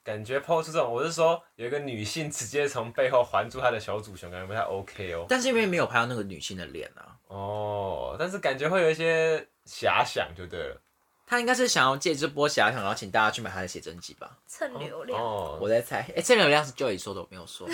Speaker 3: 感觉抛出这种，我是说有一个女性直接从背后环住他的小祖熊，感觉不太 OK 哦。
Speaker 1: 但是因为没有拍到那个女性的脸啊，
Speaker 3: 哦，但是感觉会有一些遐想就对了。
Speaker 1: 他应该是想要借这波遐想，然后请大家去买他的写真集吧。
Speaker 4: 蹭流量，
Speaker 3: 哦，
Speaker 1: 我在猜，哎、这个流量是 Joey 说的，我没 有说，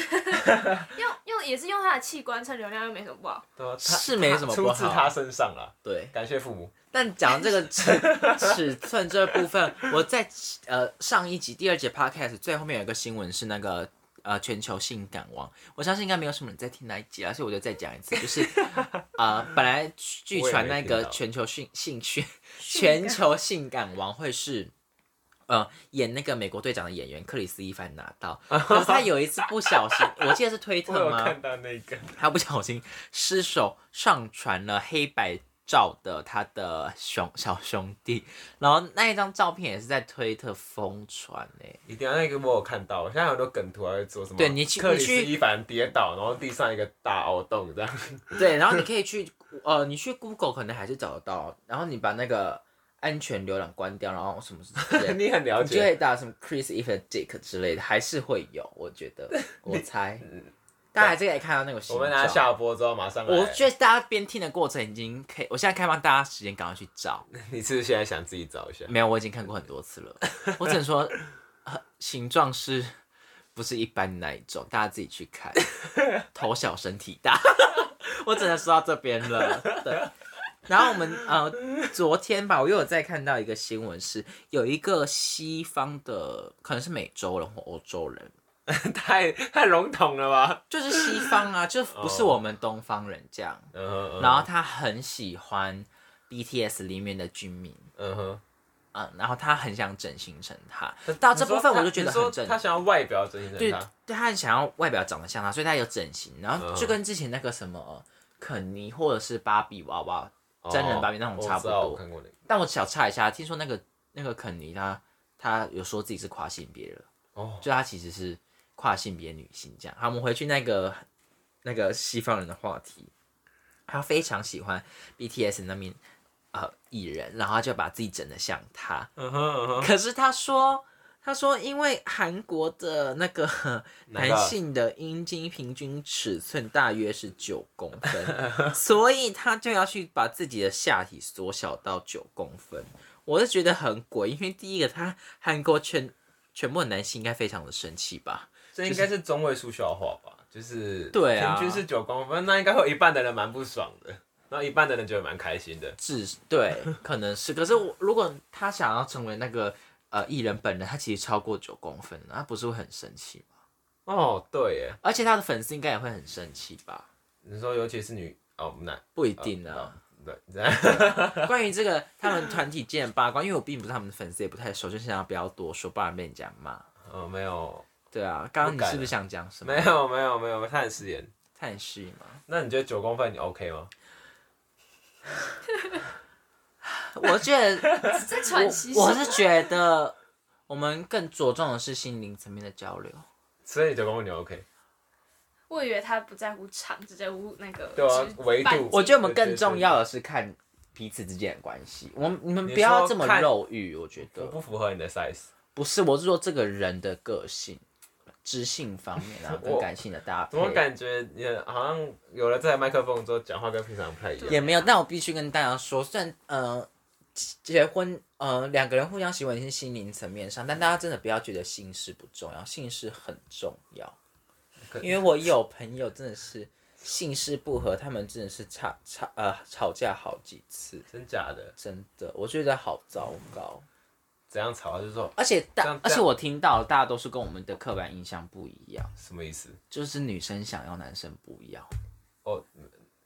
Speaker 4: 用用也是用他的器官蹭流量，又没什么不好。
Speaker 3: 对啊，他
Speaker 1: 是没什么不
Speaker 3: 出自他
Speaker 1: 好。
Speaker 3: 身上了，
Speaker 1: 对，
Speaker 3: 感谢父母。
Speaker 1: 但讲这 个尺尺寸这部分，我在呃上一集第二节 podcast 最后面有一个新闻是那个呃全球性感王，我相信应该没有什么人在听那一集啊，所以我就再讲一次，就是呃本来据传 那
Speaker 3: 我也没听
Speaker 1: 个
Speaker 3: 到
Speaker 1: 全球性性趣
Speaker 4: 性
Speaker 1: 全
Speaker 4: 感
Speaker 1: 球性感王会是。呃，演那个美国队长的演员克里斯·伊凡拿 到，可是他有一次不小心，我记得是推
Speaker 3: 我有
Speaker 1: 特吗？
Speaker 3: 看到那个，
Speaker 1: 他不小心失手上传了黑白照的他的兄小兄弟，然后那一张照片也是在推特疯传欸诶。
Speaker 3: 一定要那个我有看到，现在很多梗图还会做什么？
Speaker 1: 对你去
Speaker 3: 克里斯
Speaker 1: 你去
Speaker 3: 一凡跌倒，然后地上一个大凹洞这样。
Speaker 1: 对，然后你可以去呃，你去 Google 可能还是找得到，然后你把那个安全浏览关掉，然后什么之类的。
Speaker 3: 你很了
Speaker 1: 你就
Speaker 3: 解，
Speaker 1: 会打什么 Chris If Dick 之类的，还是会有，我觉 得，我猜，大家还是可以看到那个
Speaker 3: 嗯
Speaker 1: 形
Speaker 3: 我
Speaker 1: 状。
Speaker 3: 们等下下播之后马上来。
Speaker 1: 我觉得大家边听的过程已经可以，我现在开放大家时间赶快去找，
Speaker 3: 你是不是现在想自己找一 下？
Speaker 1: 没有，我已经看过很多次了。我只能说，呃形状是不是一般那一种？大家自己去看。头小身体大， 我只能说到这边了。对。然后我们呃，昨天吧，我又有再看到一个新闻是，有一个西方的，可能是美洲人或欧洲人，
Speaker 3: 太太笼统了吧？
Speaker 1: 就是西方啊，就不是
Speaker 3: 哦
Speaker 1: 我们东方人这样。
Speaker 3: 嗯哼，嗯哼
Speaker 1: 然后他很喜欢 BTS 里面的居民，
Speaker 3: 嗯哼，
Speaker 1: 嗯，然后他很想整形成他，到这部分我就觉得很
Speaker 3: 你说
Speaker 1: 正
Speaker 3: 他想要外表整形成
Speaker 1: 对
Speaker 3: 他，
Speaker 1: 对，他很想要外表长得像他，所以他有整形，然后
Speaker 3: 嗯
Speaker 1: 就跟之前那个什么呃肯尼或者是芭比娃娃，真人版比那种
Speaker 3: 哦
Speaker 1: 差不多
Speaker 3: 我知道我看过那个。
Speaker 1: 但我小查一下，听说那个那个肯尼他他有说自己是跨性别的，
Speaker 3: 哦，
Speaker 1: 就他其实是跨性别女性这样。好，我们回去那个那个西方人的话题，他非常喜欢 BTS 那名呃艺人，然后他就把自己整得像他，
Speaker 3: 嗯哼嗯哼，
Speaker 1: 可是他说，他说因为韩国的那个
Speaker 3: 哪个
Speaker 1: 男性的阴茎平均尺寸大约是九公分， 所以他就要去把自己的下体缩小到九公分。我是觉得很鬼，因为第一个他韩国全全部的男性应该非常的生气吧。
Speaker 3: 这应该是中位数笑话吧？就是
Speaker 1: 对啊
Speaker 3: 平均是九公分，那应该会有一半的人蛮不爽的，然后一半的人觉得蛮开心的。
Speaker 1: 至对，可能是。可是我如果他想要成为那个呃艺人本人，他其实超过九公分，那不是会很生气吗？
Speaker 3: 哦，对耶，
Speaker 1: 而且他的粉丝应该也会很生气吧？
Speaker 3: 你说尤其是女哦，那
Speaker 1: 不一定啊。
Speaker 3: 对，
Speaker 1: 关于这个他们团体间的八卦，因为我并不是他们的粉丝，也不太熟，就想要不要多说，不然被人家骂。
Speaker 3: 哦，没有，
Speaker 1: 对啊，刚刚
Speaker 3: 不
Speaker 1: 你
Speaker 3: 敢啊
Speaker 1: 是不是想讲什么？
Speaker 3: 没有，没有，没有，他很失言。
Speaker 1: 探视吗？
Speaker 3: 那你觉得九公分你 OK 吗？
Speaker 1: 我觉得
Speaker 4: 在喘息什
Speaker 1: 我
Speaker 4: 么
Speaker 1: 我是觉得我们更着重的是心灵层面的交 流。
Speaker 3: 所以九公分你 OK？
Speaker 4: 我以为他不在乎长，只在乎那个
Speaker 3: 对啊
Speaker 4: 直
Speaker 3: 维度
Speaker 4: 半径
Speaker 1: 我觉得我们更重要的是看彼此之间的关系，我们你们不要这么肉欲，我觉
Speaker 3: 我
Speaker 1: 得
Speaker 3: 不符合你的 size。
Speaker 1: 不是，我是说这个人的个性、知性方面啊，跟
Speaker 3: 我
Speaker 1: 感性的搭配
Speaker 3: 怎，么感觉你好像有了这台麦克风之后，讲话跟平常不太一样？
Speaker 1: 也没有。但我必须跟大家说，虽然呃结婚呃两个人互相喜欢是心灵层面上，但大家真的不要觉得性事不重要，性事很重要。
Speaker 3: 可
Speaker 1: 因为我有朋友真的是性事不合，他们真的是吵吵呃吵架好几次，
Speaker 3: 真假的？
Speaker 1: 真的，我觉得好糟糕。
Speaker 3: 怎样吵？就是说
Speaker 1: 而且
Speaker 3: 这
Speaker 1: 大
Speaker 3: 样，
Speaker 1: 而且我听到大家都是跟我们的刻板印象不一样，
Speaker 3: 什么意思？
Speaker 1: 就是女生想要，男生不要。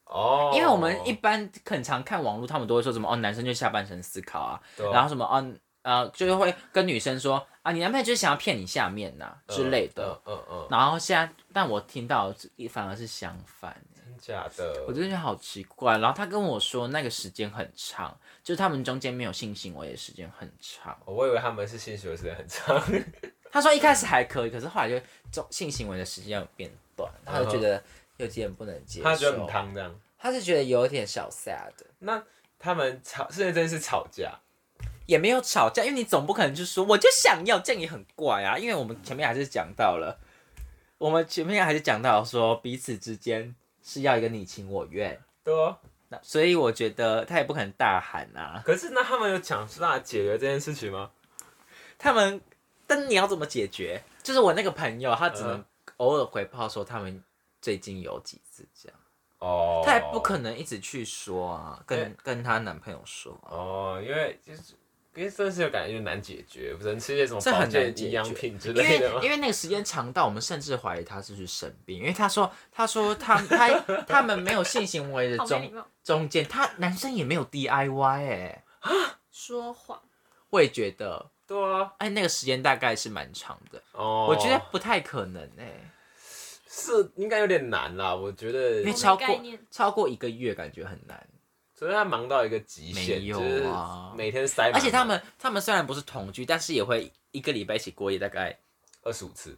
Speaker 3: 哦，
Speaker 1: 因为我们一般很常看网络，他们都会说什么哦，男生就下半身思考啊，
Speaker 3: 对啊
Speaker 1: 然后什么哦，呃，就是会跟女生说啊，你男朋友就是想要骗你下面呐、之类的。，
Speaker 3: 嗯嗯嗯，
Speaker 1: 然后现在，但我听到反而是相反，
Speaker 3: 真假的？
Speaker 1: 我真的觉得好奇怪。然后他跟我说那个时间很长，就是他们中间没有性行为的时间很长。
Speaker 3: 我以为他们是性学时间很长，
Speaker 1: 他说一开始还可以，可是后来就中性行为的时间有变短，他就觉得有点不能接
Speaker 3: 嗯
Speaker 1: 受。
Speaker 3: 他觉得很烫这样。
Speaker 1: 他是觉得有点小 sad，
Speaker 3: 那他们吵，现在真的是吵架，
Speaker 1: 也没有吵架，因为你总不可能就说我就想要，这样也很怪啊。因为我们前面还是讲到了，我们前面还是讲到说彼此之间是要一个你情我愿，
Speaker 3: 对哦。
Speaker 1: 那所以我觉得他也不可能大喊啊。
Speaker 3: 可是那他们有想出来解决这件事情吗？
Speaker 1: 他们，但你要怎么解决？就是我那个朋友，他只能
Speaker 3: 嗯
Speaker 1: 偶尔回报说他们最近有几次这样。
Speaker 3: 哦，
Speaker 1: 她也不可能一直去说啊，跟、
Speaker 3: 对
Speaker 1: 跟她男朋友说啊、
Speaker 3: 哦，因为就是。因为这是有感觉难解决，不是吃一些什么
Speaker 1: 这
Speaker 3: 保
Speaker 1: 很
Speaker 3: 健
Speaker 1: 难解
Speaker 3: 营养
Speaker 1: 决
Speaker 3: 品之
Speaker 1: 因
Speaker 3: 类
Speaker 1: 为
Speaker 3: 的吗
Speaker 1: 因？为那个时间长到，我们甚至怀疑她是不是生病，因为她说她说她她他们没有性行为的
Speaker 4: 好没礼
Speaker 1: 中
Speaker 4: 貌，
Speaker 1: 中间，她男生也没有 DIY 哎、
Speaker 4: 说谎，
Speaker 1: 我也觉得
Speaker 3: 对啊，
Speaker 1: 哎那个时间大概是蛮长的，
Speaker 3: 哦，
Speaker 1: 我觉得不太可能哎、
Speaker 3: 是应该有点难啦，我觉
Speaker 1: 因为
Speaker 3: 得，
Speaker 1: 超
Speaker 4: 概
Speaker 1: 过
Speaker 4: 念
Speaker 1: 超过一个月感觉很难。
Speaker 3: 所以他忙到一个极限，
Speaker 1: 没
Speaker 3: 就
Speaker 1: 有
Speaker 3: 是
Speaker 1: 啊
Speaker 3: 每天塞满，
Speaker 1: 而且他们他们虽然不是同居，但是也会一个礼拜一起过夜，大概
Speaker 3: 二十五次，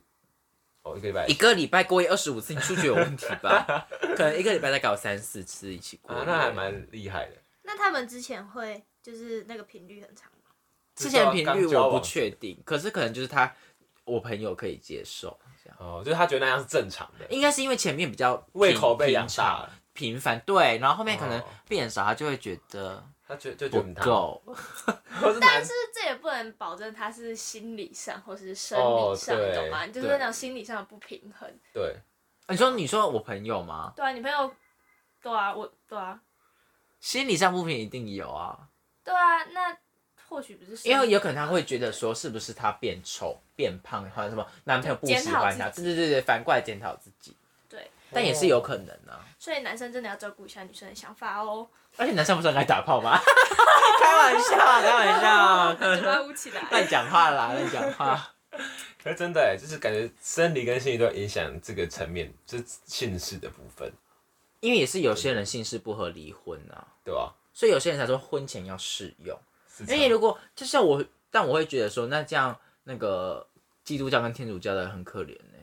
Speaker 3: 哦，一个礼拜
Speaker 1: 一个礼拜过夜二十五次，你数学有问题 吧？可能一个礼拜大概有三四次一起过夜、
Speaker 3: 啊，那还蛮厉害的。
Speaker 4: 那他们之前会就是那个频率很长吗？
Speaker 1: 之前频率我不
Speaker 3: 定。
Speaker 1: 确定，可是可能就是他我朋友可以接受，这样
Speaker 3: 哦，就是他觉得那样是正常的，
Speaker 1: 应该是因为前面比较
Speaker 3: 胃
Speaker 1: 平
Speaker 3: 口被养
Speaker 1: 哎平
Speaker 3: 大
Speaker 1: 常
Speaker 3: 了，
Speaker 1: 频繁，对，然后后面可能
Speaker 3: 哦
Speaker 1: 变少，他就会觉得
Speaker 3: 他觉就觉
Speaker 1: 不
Speaker 3: 得很烫，
Speaker 1: 够。
Speaker 3: 或是男
Speaker 4: 但是这也不能保证他是心理上或是生
Speaker 3: 哦
Speaker 4: 理上，
Speaker 3: 对
Speaker 4: 你懂吗？就是
Speaker 1: 对
Speaker 4: 那种心理上的不平衡。
Speaker 3: 对，
Speaker 1: 你说你说我朋友吗？
Speaker 4: 对啊，女朋友，对啊，我，对啊，
Speaker 1: 心理上不平一定有啊，
Speaker 4: 对啊，那或许不是生理，
Speaker 1: 因为有可能他会觉得说是不是他变丑、变胖，或者什么男朋友不喜欢他，
Speaker 4: 检讨自
Speaker 1: 对对对对，反过来检讨自己，
Speaker 4: 对，
Speaker 1: 但也是有可能啊。
Speaker 4: 所以男生真的要照顾一下女生的想法 哦，
Speaker 1: 而且男生不是很爱打炮吗？ 开玩笑，开玩笑，
Speaker 4: 嘴巴捂起来。
Speaker 1: 乱讲话啦，乱讲话。
Speaker 3: 可是真的欸就是感觉生理跟心理都影响这个层面，就是性事的部分，
Speaker 1: 因为也是有些人性事不合离婚啊，
Speaker 3: 对吧？
Speaker 1: 所以有些人才说婚前要试用。
Speaker 3: 是这
Speaker 1: 因
Speaker 3: 样
Speaker 1: 为如果就像我，但我会觉得说，那这样那个基督教跟天主教的人很可怜呢、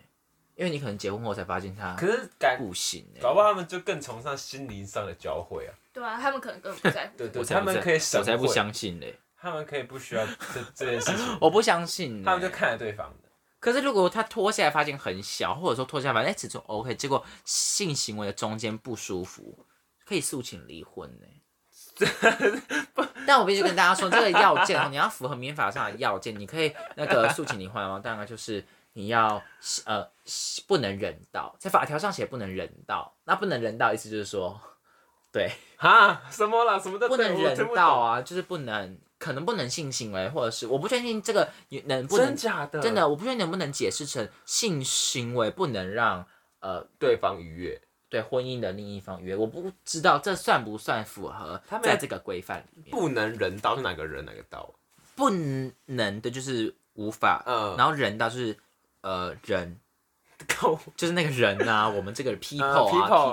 Speaker 1: 因为你可能结婚后才发现他
Speaker 3: 可是感
Speaker 1: 不行欸呢、
Speaker 3: 搞不好他们就更崇尚心灵上的交汇啊，
Speaker 4: 对啊，他们可能根本不在乎。
Speaker 3: 对对
Speaker 1: 我才
Speaker 3: 他们
Speaker 1: 不在
Speaker 3: 可以省
Speaker 1: 我才不
Speaker 3: 会
Speaker 1: 相信嘞，
Speaker 3: 他们可以不需要这这件事 情，
Speaker 1: 我不相信欸呢、
Speaker 3: 他们就看着对方的，
Speaker 1: 可是如果他脱下来发现很小，或者说脱下来发现哎尺寸 OK，结果性行为的中间不舒服，可以诉请离婚呢、 但我必须跟大家说，这个要件哦，你要符合民法上的要件，你可以那个诉请离婚吗？大概就是你要呃不能人道，在法条上写不能人道，那不能人道意思就是 说，对，
Speaker 3: 哈，什么啦？什么的
Speaker 1: 不能
Speaker 3: 我听
Speaker 1: 人
Speaker 3: 不
Speaker 1: 道
Speaker 3: 懂
Speaker 1: 啊，就是不能可能不能性行为，或者是我不确定这个你能不能
Speaker 3: 真假的？
Speaker 1: 真的，我不确定能不能解释成性行为不能让呃
Speaker 3: 对方愉悦，
Speaker 1: 对婚姻的另一方约，我不知道这算不算符合
Speaker 3: 他们
Speaker 1: 在这个规范里面，
Speaker 3: 不能人道是哪个人哪个道？
Speaker 1: 不能的就是无法，
Speaker 3: 嗯
Speaker 1: 然后人道就是呃人。
Speaker 3: 够
Speaker 1: 就是那个人呐、我们这个 people 啊、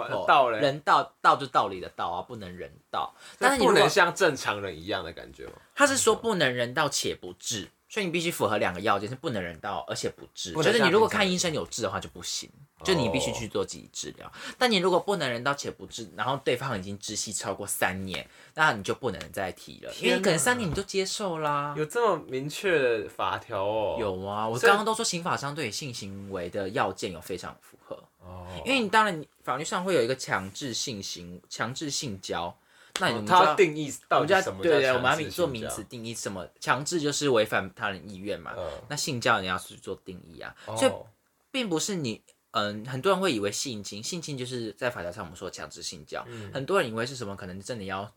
Speaker 3: people，道嘞
Speaker 1: 人道道就道理的道啊，不能人道。但
Speaker 3: 但
Speaker 1: 是
Speaker 3: 是
Speaker 1: 你如
Speaker 3: 不
Speaker 1: 果
Speaker 3: 能像正常人一样的感觉吗？
Speaker 1: 他是说不能人道且不治，所以你必须符合两个要件，是不能人道而且不治。
Speaker 3: 不
Speaker 1: 就
Speaker 3: 能
Speaker 1: 是
Speaker 3: 像
Speaker 1: 你如果
Speaker 3: 平常
Speaker 1: 看
Speaker 3: 人哦
Speaker 1: 医生有治的话就不行，就你必须去做积极治疗。但你如果不能人道且不治，然后对方已经窒息超过三年，那你就不能再提了，因为
Speaker 3: 天
Speaker 1: 可能
Speaker 3: 哪
Speaker 1: 三年你就接受啦。
Speaker 3: 有这么明确的法条哦？
Speaker 1: 有啊，我
Speaker 3: 所以
Speaker 1: 刚刚都说刑法上对性行为的要件有非常符合。
Speaker 3: 哦，
Speaker 1: 因为你当然你法律上会有一个强制性行、强制性交，那你们就
Speaker 3: 哦他
Speaker 1: 要、
Speaker 3: 要定义
Speaker 1: 我
Speaker 3: 到
Speaker 1: 们就
Speaker 3: 底
Speaker 1: 要
Speaker 3: 什么
Speaker 1: 对对，
Speaker 3: 叫
Speaker 1: 我们要
Speaker 3: 强
Speaker 1: 名
Speaker 3: 制
Speaker 1: 做
Speaker 3: 性
Speaker 1: 名词
Speaker 3: 交？
Speaker 1: 定义，什么强制就是违反他人意愿嘛。
Speaker 3: 嗯，
Speaker 1: 那性交你要去做定义啊，所以
Speaker 3: 哦
Speaker 1: 并不是你嗯，很多人会以为性侵，性侵就是在法条上我们说的强制性交，
Speaker 3: 嗯
Speaker 1: 很多人以为是什么，可能真的要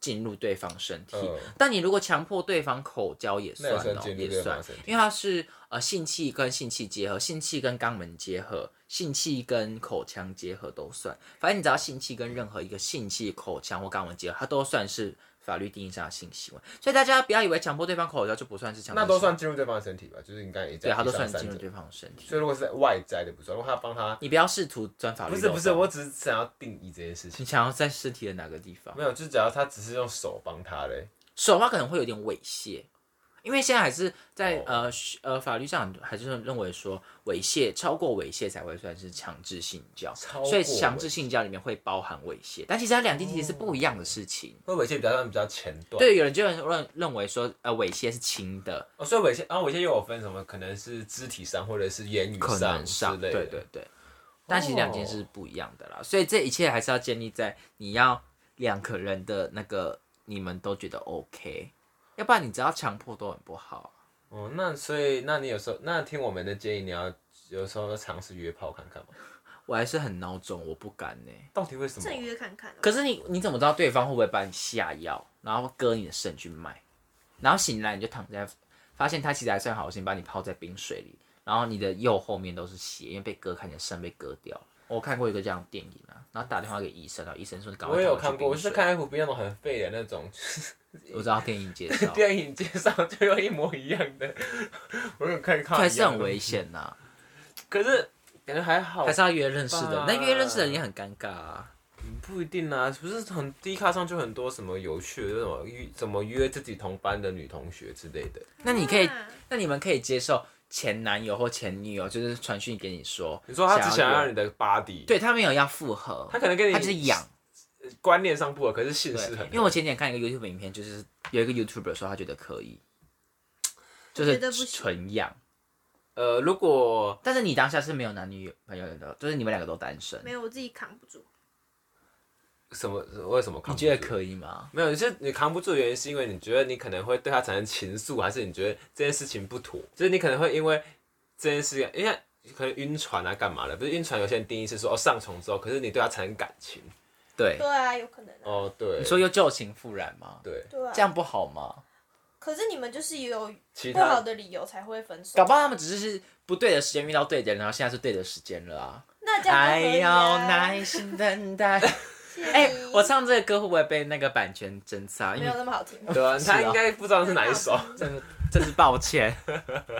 Speaker 1: 进入对方身体，
Speaker 3: 嗯
Speaker 1: 但你如果强迫对方口交也算
Speaker 3: 那也算
Speaker 1: 哦，
Speaker 3: 进入
Speaker 1: 也
Speaker 3: 对
Speaker 1: 算
Speaker 3: 方身体，
Speaker 1: 因为它是呃性器跟性器结合，性器跟肛门结合，性器跟口腔结合都算，反正你只要性器跟任何一个性器、口腔或肛门结合，它都算是法律定义上的性行为，所以大家不要以为强迫对方口交就不算是强制
Speaker 3: 那
Speaker 1: 性，
Speaker 3: 都算进入对方的身体吧？就是你刚才也讲，
Speaker 1: 对，它都
Speaker 3: 以上
Speaker 1: 算
Speaker 3: 三
Speaker 1: 进入
Speaker 3: 者
Speaker 1: 对方的身体。
Speaker 3: 所以如果是外在的不算，如果他帮他，
Speaker 1: 你不要试图钻法律
Speaker 3: 不
Speaker 1: 漏
Speaker 3: 是
Speaker 1: 洞。
Speaker 3: 不是，我只是想要定义这件事
Speaker 1: 你
Speaker 3: 情。
Speaker 1: 想要在身体的哪个地方？
Speaker 3: 没有，就只要他只是用手帮他嘞，
Speaker 1: 手的哦话可能会有点猥亵，因为现在还是在、
Speaker 3: 哦
Speaker 1: 呃是呃法律上还是认为说猥亵超过猥亵才会算是强制性交，
Speaker 3: 超过
Speaker 1: 所以强制性交里面会包含猥亵，但其实它两件其实是不一
Speaker 3: 哦
Speaker 1: 样的事情。
Speaker 3: 会猥亵比较算比较前段。
Speaker 1: 对，有人就认认为说呃猥亵是轻的，
Speaker 3: 哦，所以猥亵，然后猥亵又有分什么？可能是肢体上，或者是言语
Speaker 1: 可能
Speaker 3: 之
Speaker 1: 上，
Speaker 3: 类的。哦
Speaker 1: 对对对，但其实两件是不一样的啦，所以这一切还是要建立在你要两个人的那个你们都觉得 OK，要不然你只要强迫都很不好。
Speaker 3: 哦，那所以，那你有时候，那听我们的建议，你要有时候尝试约炮看看嘛？
Speaker 1: 我还是很恼种，我不敢呢、
Speaker 3: 到底为什么
Speaker 4: 这？约看啊看。
Speaker 1: 可是你你怎么知道对方会不会把你下药，然后割你的肾去卖，然后醒来你就躺在，发现他其实还算好心，把你泡在冰水里，然后你的右后面都是血，因为被割开，你的肾被割掉了。我看过一个这样的电影啊，然后打电话给医生，然后医生说你赶快
Speaker 3: 我也有
Speaker 1: 躺回去
Speaker 3: 看过，我
Speaker 1: 冰
Speaker 3: 是看 FB 那
Speaker 1: 水
Speaker 3: 种很废的那种，就是
Speaker 1: 我知道电影介 绍，
Speaker 3: 电影介绍就有一模一样的， 我有看看。
Speaker 1: 还是很危，险呐、
Speaker 3: 可是感觉还好
Speaker 1: 还，是要约认识的。
Speaker 3: 吧
Speaker 1: 那约认识的人也很尴尬啊。
Speaker 3: 不一定啊，不是很低咖上就很多什么有趣的那种约，怎么约自己同班的女同学之类的。
Speaker 1: 那你可以，
Speaker 4: 啊
Speaker 1: 那你们可以接受前男友或前女友就是传讯给你说，
Speaker 3: 你说他只想
Speaker 1: 要
Speaker 3: 要
Speaker 1: 约
Speaker 3: 你的 body，
Speaker 1: 对他没有要复合，
Speaker 3: 他可能跟你
Speaker 1: 他就是养。
Speaker 3: 观念上不合，可是性
Speaker 1: 对
Speaker 3: 是很合。，
Speaker 1: 因为我前几天看一个 YouTube 影片，就是有一个 YouTuber 说他觉得可以，就
Speaker 4: 我觉得
Speaker 1: 是
Speaker 4: 不行
Speaker 1: 纯养。
Speaker 3: 呃，如果
Speaker 1: 但是你当下是没有男女朋友的，就是你们两个都单身，
Speaker 4: 没有，我自己扛不住。
Speaker 3: 什么为什么扛
Speaker 1: 你
Speaker 3: 不
Speaker 1: 觉得
Speaker 3: 住
Speaker 1: 可以吗？
Speaker 3: 没有，就是你扛不住的原因是因为你觉得你可能会对他产生情愫，还是你觉得这件事情不妥？就是你可能会因为这件事，因为可能晕船啊，干嘛的？不是晕船，有些人定义是说哦上床之后，可是你对他产生感情。
Speaker 1: 对
Speaker 4: 对，啊，有可能啊。
Speaker 3: 哦，对，
Speaker 1: 你说又旧情复燃吗？
Speaker 3: 对，
Speaker 4: 对啊。
Speaker 1: 这样不好吗？
Speaker 4: 可是你们就是有
Speaker 3: 其
Speaker 4: 不好
Speaker 3: 他
Speaker 4: 的理由才会分手。
Speaker 1: 搞不好他们只是不对的时间遇到对的人，然后现在是对的时间了啊！
Speaker 4: 那这样
Speaker 1: 还
Speaker 4: 就可以
Speaker 1: 要
Speaker 4: 啊。
Speaker 1: 耐心等 待。
Speaker 4: 谢谢
Speaker 1: 哎、
Speaker 4: 你
Speaker 1: 我唱这个歌会不会被那个版权侦查？因
Speaker 4: 没
Speaker 1: 为
Speaker 4: 有那么好听。
Speaker 3: 对啊，
Speaker 1: 是啊
Speaker 3: 他应该不知道是哪一首，
Speaker 1: 真的真是抱歉。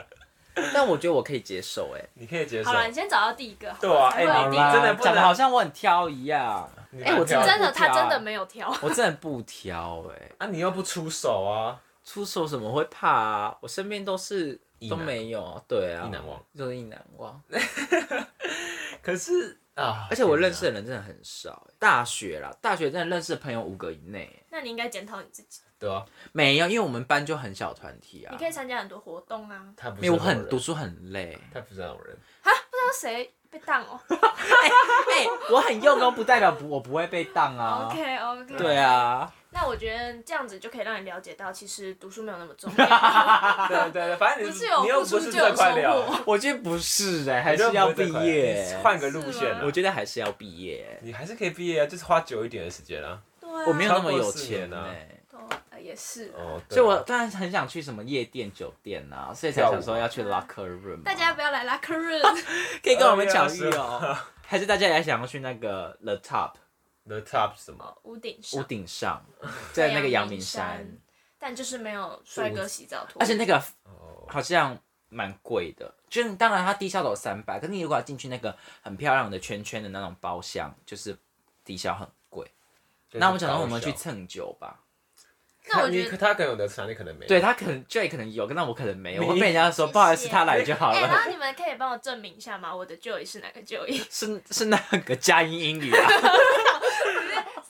Speaker 1: 但我觉得我可以接受、哎，
Speaker 3: 你可以接受
Speaker 4: 好。了，你先找到第一个好了。
Speaker 3: 对啊
Speaker 4: 才会
Speaker 3: 哎
Speaker 4: 有
Speaker 3: 你
Speaker 4: 第一个
Speaker 3: 真的不能
Speaker 1: 讲的好像我很挑一样。
Speaker 3: 你
Speaker 1: 哎我
Speaker 3: 挑
Speaker 1: 真
Speaker 4: 真的
Speaker 1: 不挑
Speaker 4: 他真的没有挑。
Speaker 1: 我真的不挑、哎，
Speaker 3: 啊，你又不出手啊，
Speaker 1: 出手怎么会怕啊？我身边都是
Speaker 3: 意
Speaker 1: 都
Speaker 3: 难
Speaker 1: 没有，对啊，
Speaker 3: 意难忘，
Speaker 1: 就是意难忘。
Speaker 3: 可是啊，
Speaker 1: 而且我认识
Speaker 3: 天
Speaker 1: 的人真的很少、哎大学啦，大学真的认识的朋友五个以内、哎
Speaker 4: 那你应该检讨你自己。
Speaker 3: 哪对啊，
Speaker 1: 没有，因为我们班就很小团体啊。
Speaker 4: 你可以参加很多活动啊。
Speaker 3: 他不
Speaker 1: 没
Speaker 3: 是
Speaker 1: 有，我
Speaker 3: 那种
Speaker 1: 很
Speaker 3: 人
Speaker 1: 读，书很累。
Speaker 3: 他不是那种人。
Speaker 4: 那谁被当 哦哎
Speaker 1: 哎、我很用功，不代表不我不会被当啊。
Speaker 4: ？OK OK。
Speaker 1: 对。啊，
Speaker 4: 那我我觉得这样子就可以让你了解到，其实读书没有那 么重要。啊
Speaker 3: 对对对，反正
Speaker 4: 不
Speaker 3: 你
Speaker 4: 是有
Speaker 3: 你又
Speaker 4: 付
Speaker 3: 不
Speaker 4: 出
Speaker 3: 是
Speaker 4: 就有
Speaker 3: 这
Speaker 4: 收
Speaker 3: 块料，
Speaker 4: 获。
Speaker 1: 我觉得不是哎、还
Speaker 3: 你就是不
Speaker 1: 要
Speaker 3: 这
Speaker 1: 毕
Speaker 3: 块
Speaker 1: 业。
Speaker 3: 换个路线
Speaker 4: 是
Speaker 3: 啊
Speaker 4: 吗
Speaker 1: 我觉得还是要毕业。
Speaker 3: 你还是可以毕业啊，就是花久一点的时间啊。
Speaker 4: 对啊，
Speaker 1: 我没有那么
Speaker 3: 超过
Speaker 1: 有
Speaker 3: 四
Speaker 1: 钱
Speaker 3: 年啊
Speaker 1: 哎、
Speaker 4: 哦呃也是。
Speaker 3: 哦，对
Speaker 1: 所以我当然很想去什么夜店、酒店啊，所以才想说要去
Speaker 4: 跳舞
Speaker 1: locker room 啊、
Speaker 4: 大家不要来拉客
Speaker 1: 哦
Speaker 4: 人，
Speaker 1: 可以跟我们巧
Speaker 3: 哎
Speaker 1: 遇哦。 还是大家也想要去那个 the top
Speaker 3: the top 是什么？
Speaker 4: 哦屋顶
Speaker 1: 屋
Speaker 4: 上，
Speaker 1: 顶上，在那个啊阳明山，
Speaker 4: 山，但就是没有帅哥洗澡图，
Speaker 1: 而且那个
Speaker 3: 哦，
Speaker 1: 好像蛮贵的，就是当然它低消都有三百，可是你如果要进去那个很漂亮的圈圈的那种包厢，就是低消很贵。那我们想说我们去蹭酒吧，
Speaker 4: 那我
Speaker 3: 他你
Speaker 4: 觉得
Speaker 3: 他可能有的场，你可能没有。
Speaker 1: 对他可能 J 可能有，那我可能没有，
Speaker 3: 你
Speaker 1: 我会被人家说
Speaker 4: 谢谢
Speaker 1: 不好意思他来就好
Speaker 4: 哎、然
Speaker 1: 了，
Speaker 4: 后你们可以帮我证明一下吗？我的 Joy 是哪个 Joy？
Speaker 1: 是 是那个佳音英语啊，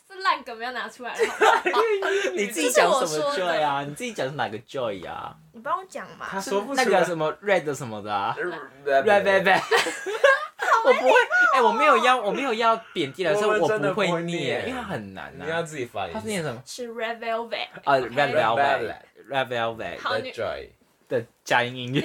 Speaker 4: 是烂梗不要拿出来了好吗，
Speaker 1: 你自己讲什
Speaker 4: 这是我
Speaker 1: 么
Speaker 4: 说的
Speaker 1: Joy 啊？你自己讲是哪个 Joy 啊？
Speaker 4: 你帮我讲嘛
Speaker 3: 他。说不出
Speaker 1: 那
Speaker 3: 来呃
Speaker 1: 个什么 Red 什么 的啊？
Speaker 3: Red
Speaker 1: Red Red Red，我 不会，哎、
Speaker 4: 啊
Speaker 1: 我没有要，我没有要贬低了，
Speaker 3: 我
Speaker 1: 所以
Speaker 3: 们
Speaker 1: 我
Speaker 3: 真的
Speaker 1: 不
Speaker 3: 不会
Speaker 1: 会
Speaker 3: 念
Speaker 1: 念，因为它很难
Speaker 3: 你要
Speaker 1: 啊。
Speaker 3: 自己发音。
Speaker 1: 它是念 什么？
Speaker 4: 是 Red Velvet
Speaker 1: 啊
Speaker 4: OK
Speaker 1: ，Red
Speaker 3: Velvet
Speaker 1: Velvet，Red Velvet
Speaker 4: 好
Speaker 3: The
Speaker 4: 女
Speaker 3: Joy
Speaker 1: 的佳音音乐。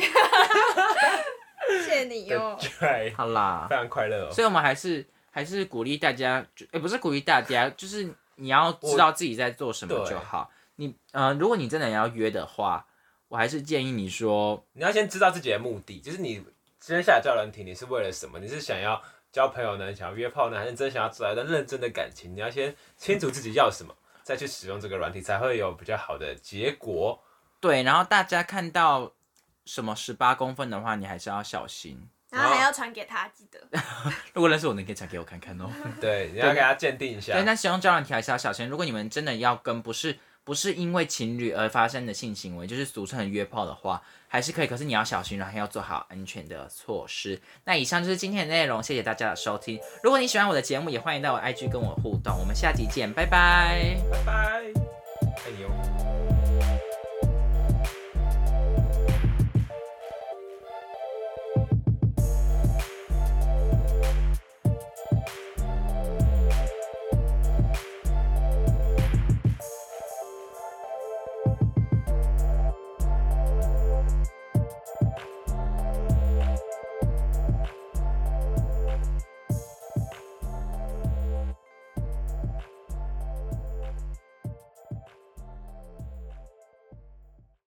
Speaker 4: 谢谢你
Speaker 3: The
Speaker 4: 哦。
Speaker 3: Joy，
Speaker 1: 好啦
Speaker 3: 非，常快乐哦。
Speaker 1: 所以我们还是还是鼓励大家，就哎、不是鼓励大家，就是你要知道自己在做什么
Speaker 3: 我
Speaker 1: 就好。你呃，如果你真的要约的话，我还是建议你说，
Speaker 3: 你要先知道自己的目的，就是你今天下来交友软体，你是为了什么？你是想要交朋友呢，想要约炮呢，还是真想要找一段认真的感情？你要先清楚自己要什么，再去使用这个软体，才会有比较好的结果。
Speaker 1: 对，然后大家看到什么十八公分的话，你还是要小心。
Speaker 4: 然后还要传给他，记得。
Speaker 1: 如果认识我的，你可以讲给我看看 哦。
Speaker 3: 对，啊你要给他鉴定一下
Speaker 1: 对，。那使用交友软体还是要小心。如果你们真的要跟不是不是因为情侣而发生的性行为，就是俗称的约炮的话，还是可以。可是你要小心，然后要做好安全的措施。那以上就是今天的内容，谢谢大家的收听。如果你喜欢我的节目，也欢迎到我 IG 跟我互动。我们下集见，拜拜。
Speaker 3: 拜拜。哎